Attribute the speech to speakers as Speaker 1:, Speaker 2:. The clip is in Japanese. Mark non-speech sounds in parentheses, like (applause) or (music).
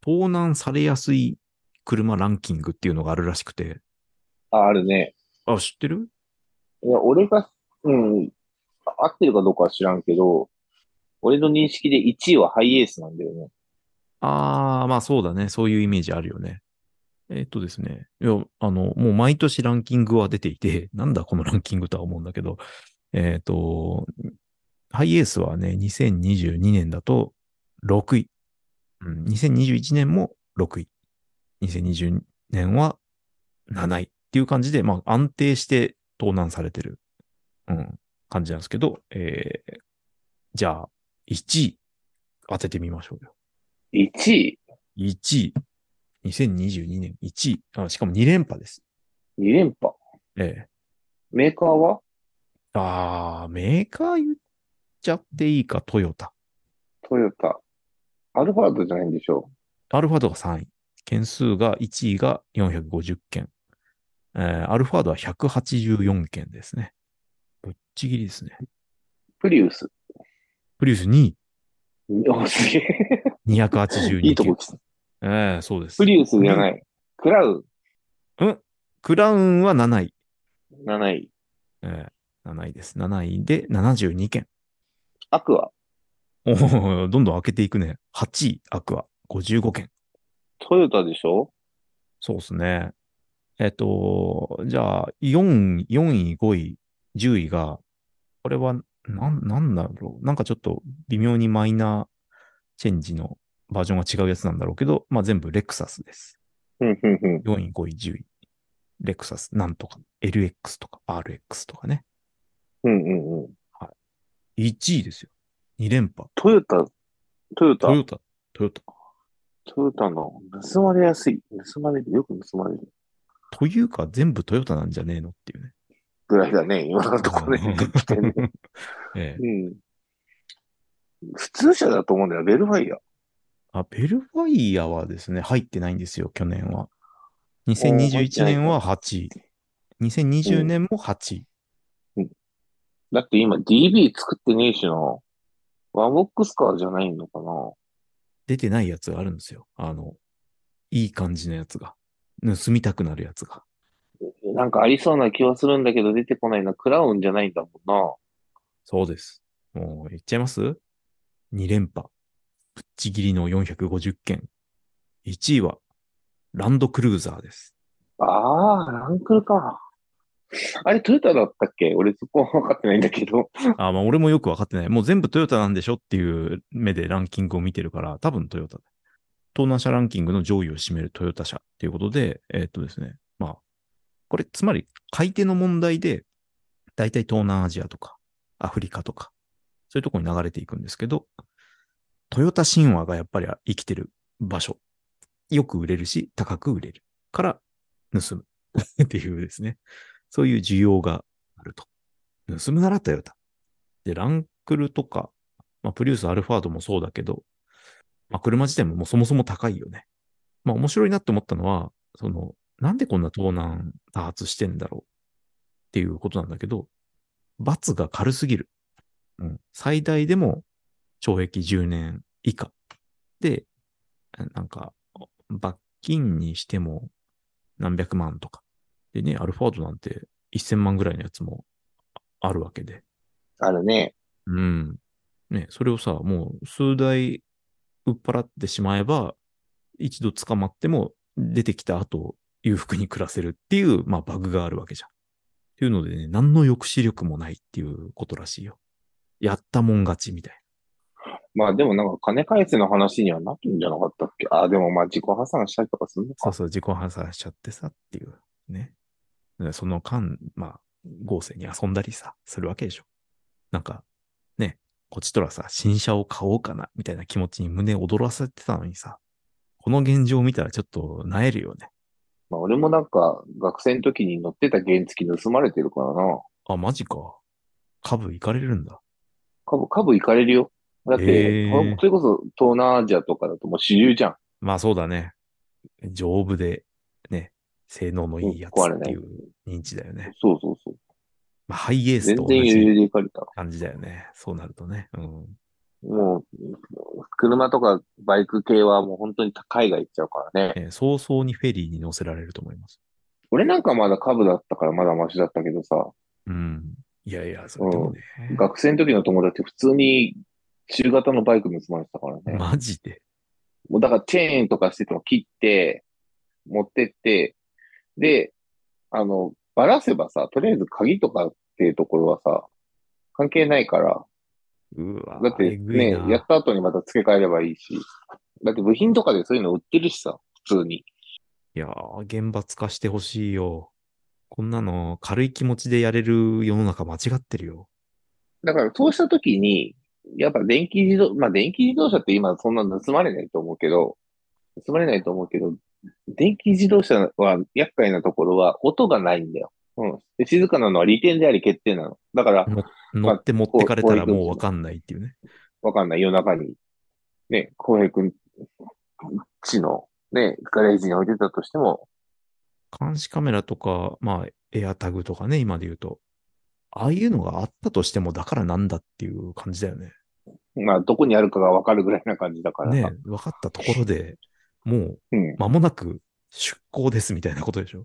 Speaker 1: 盗難されやすい車ランキングっていうのがあるらしくて。
Speaker 2: あ、あるね。
Speaker 1: あ、知ってる
Speaker 2: いや、俺が、うん、合ってるかどうかは知らんけど、俺の認識で1位はハイエースなんだよね。
Speaker 1: ああ、まあそうだね。そういうイメージあるよね。えっとですね。いや、あの、もう毎年ランキングは出ていて、 (laughs) なんだこのランキングとは思うんだけど、えっ、と、ハイエースはね、2022年だと6位。うん、2021年も6位。2020年は7位っていう感じで、まあ安定して盗難されてる、うん、感じなんですけど、えー、じゃあ、1位当ててみましょうよ。
Speaker 2: 1位
Speaker 1: 1位。2022年1位。あしかも2連覇です。
Speaker 2: ?2 連覇
Speaker 1: ええ。
Speaker 2: メーカーは
Speaker 1: あー、メーカー言っちゃっていいか、トヨタ。
Speaker 2: トヨタ。アルファードじゃないんでしょ
Speaker 1: アルファードが3位。件数が1位が450件。えー、アルファードは184件ですね。ぶっちぎりですね。
Speaker 2: プリウス。
Speaker 1: プリウス2位、
Speaker 2: お、すげえ。
Speaker 1: 282件。
Speaker 2: いいとこ来た。
Speaker 1: ええそうです
Speaker 2: プ。リウスじゃない。クラウ
Speaker 1: クラウンは7位。
Speaker 2: ン7位。
Speaker 1: ええ7位です。7位で72件。
Speaker 2: アクア。
Speaker 1: おーどんどん開けていくね。8位、アクア、55件。
Speaker 2: トヨタでしょ
Speaker 1: そうですね。えっと、じゃあ、4位、4位、5位、10位が、これは、なん、なんだろう。なんかちょっと微妙にマイナーチェンジのバージョンが違うやつなんだろうけど、まあ全部レクサスです。
Speaker 2: うん、うん、うん。
Speaker 1: 4位、5位、10位。レクサス、なんとか、LX とか RX とかね。
Speaker 2: うん、うん、うん。
Speaker 1: 1位ですよ。2連覇。
Speaker 2: トヨタ、トヨタ
Speaker 1: ト、ヨタ、トヨタ。
Speaker 2: トヨタの盗まれやすい。盗まれる。よく盗まれる。
Speaker 1: というか、全部トヨタなんじゃねえのっていうね。
Speaker 2: ぐらいだね、今のところ
Speaker 1: (laughs)
Speaker 2: ね。来てね
Speaker 1: ええ。
Speaker 2: うん。普通車だと思うんだよ、ベルファイア。
Speaker 1: あ、ベルファイアはですね、入ってないんですよ、去年は。
Speaker 2: 入って
Speaker 1: 2021
Speaker 2: ない
Speaker 1: 年は8位。2020年も8位。
Speaker 2: だって今 DB 作ってねえしな。ワンボックスカーじゃないのかな。
Speaker 1: 出てないやつがあるんですよ。あの、いい感じのやつが。盗みたくなるやつが。
Speaker 2: なんかありそうな気はするんだけど出てこないな。クラウンじゃないんだもんな。
Speaker 1: そうです。もう、言っちゃいます ?2 連覇。ぶっちぎりの450件。1位は、ランドクルーザーです。
Speaker 2: ああ、ランクルか。あれ、トヨタだったっけ俺そこは分かってないんだけど。
Speaker 1: あ、まあ、俺もよくわかってない。もう全部トヨタなんでしょっていう目でランキングを見てるから、多分トヨタ。盗難車ランキングの上位を占めるトヨタ車っていうことで、えーっとですね。まあ、これ、つまり、買い手の問題で、大体東南アジアとか、アフリカとか、そういうとこに流れていくんですけど、トヨタ神話がやっぱり生きてる場所。よく売れるし、高く売れる。から、盗む。 (laughs) っていうですね。そういう需要があると。盗むならトヨタ。で、ランクルとか、まあ、プリウス、アルファードもそうだけど、まあ、車自体ももうそもそも高いよね。まあ、面白いなって思ったのは、その、なんでこんな盗難多発してんだろうっていうことなんだけど、罰が軽すぎる。うん。最大でも懲役10年以下。で、なんか、罰金にしても何百万とか。でね、アルファードなんて1000万ぐらいのやつもあるわけで。
Speaker 2: あるね。
Speaker 1: うん。ね、それをさ、もう数台売っ払ってしまえば、一度捕まっても出てきた後、裕福に暮らせるっていう、まあ、バグがあるわけじゃん。っていうのでね、何の抑止力もないっていうことらしいよ。やったもん勝ちみたい
Speaker 2: まあでもなんか金返せの話にはなってんじゃなかったっけああ、でもまあ自己破産したりとかするの
Speaker 1: な。そう
Speaker 2: か。
Speaker 1: そう、自己破産しちゃってさっていうね。でその間、まあ、豪勢に遊んだりさ、するわけでしょ。なんか、ね、こっちとらさ、新車を買おうかな、みたいな気持ちに胸躍らせてたのにさ、この現状を見たらちょっと、なえるよね。
Speaker 2: まあ俺もなんか学生の時に乗ってた原付盗まれてるからな。
Speaker 1: あ、マジか。株行かれるんだ。
Speaker 2: 株、株行かれるよ。だって、
Speaker 1: へー
Speaker 2: それこそ東南アジアとかだともう主流じゃん。
Speaker 1: まあそうだね。丈夫で、ね、性能のいいやつっていう認知だよね。
Speaker 2: そうそうそう。
Speaker 1: まあハイエース
Speaker 2: 全
Speaker 1: と同
Speaker 2: 然余
Speaker 1: じ
Speaker 2: 裕で行かれた。
Speaker 1: 感じだよね。そうなるとね。うん。
Speaker 2: もう、車とかバイク系はもう本当に海外行っちゃうからね。
Speaker 1: えー早々にフェリーに乗せられると思います。
Speaker 2: 俺なんかまだ株だったからまだマシだったけどさ、
Speaker 1: うん。いやいや、それでもね。
Speaker 2: 学生の時の友達普通に中型のバイク盗まれてたからね。
Speaker 1: マジで。
Speaker 2: もうだからチェーンとかしてても切って、持ってって、で、あの、ばらせばさ、とりあえず鍵とかっていうところはさ、関係ないから、
Speaker 1: うわ
Speaker 2: だって
Speaker 1: えぐい
Speaker 2: ね
Speaker 1: な、
Speaker 2: やった後にまた付け替えればいいし、だって部品とかでそういうの売ってるしさ、普通に。
Speaker 1: いやー、厳罰化してほしいよ。こんなの軽い気持ちでやれる世の中間違ってるよ。
Speaker 2: だからそうした時に、やっぱ電気自動、まあ電気自動車って今そんな盗まれないと思うけど、盗まれないと思うけど、電気自動車は厄介なところは音がないんだよ。うん。で静かなのは利点であり欠点なの。だから、
Speaker 1: 乗って持ってかれたら
Speaker 2: こう
Speaker 1: もうわかんないっていうね。
Speaker 2: わかんない夜中に、ね、浩平くん、ちの、ね、ガレージに置いてたとしても、
Speaker 1: 監視カメラとか、まあ、エアタグとかね、今で言うと。ああいうのがあったとしても、だからなんだっていう感じだよね。
Speaker 2: まあ、どこにあるかがわかるぐらいな感じだから
Speaker 1: ね
Speaker 2: さ。
Speaker 1: 分かったところでもう、
Speaker 2: うん。
Speaker 1: 間もなく出港ですみたいなことでしょ。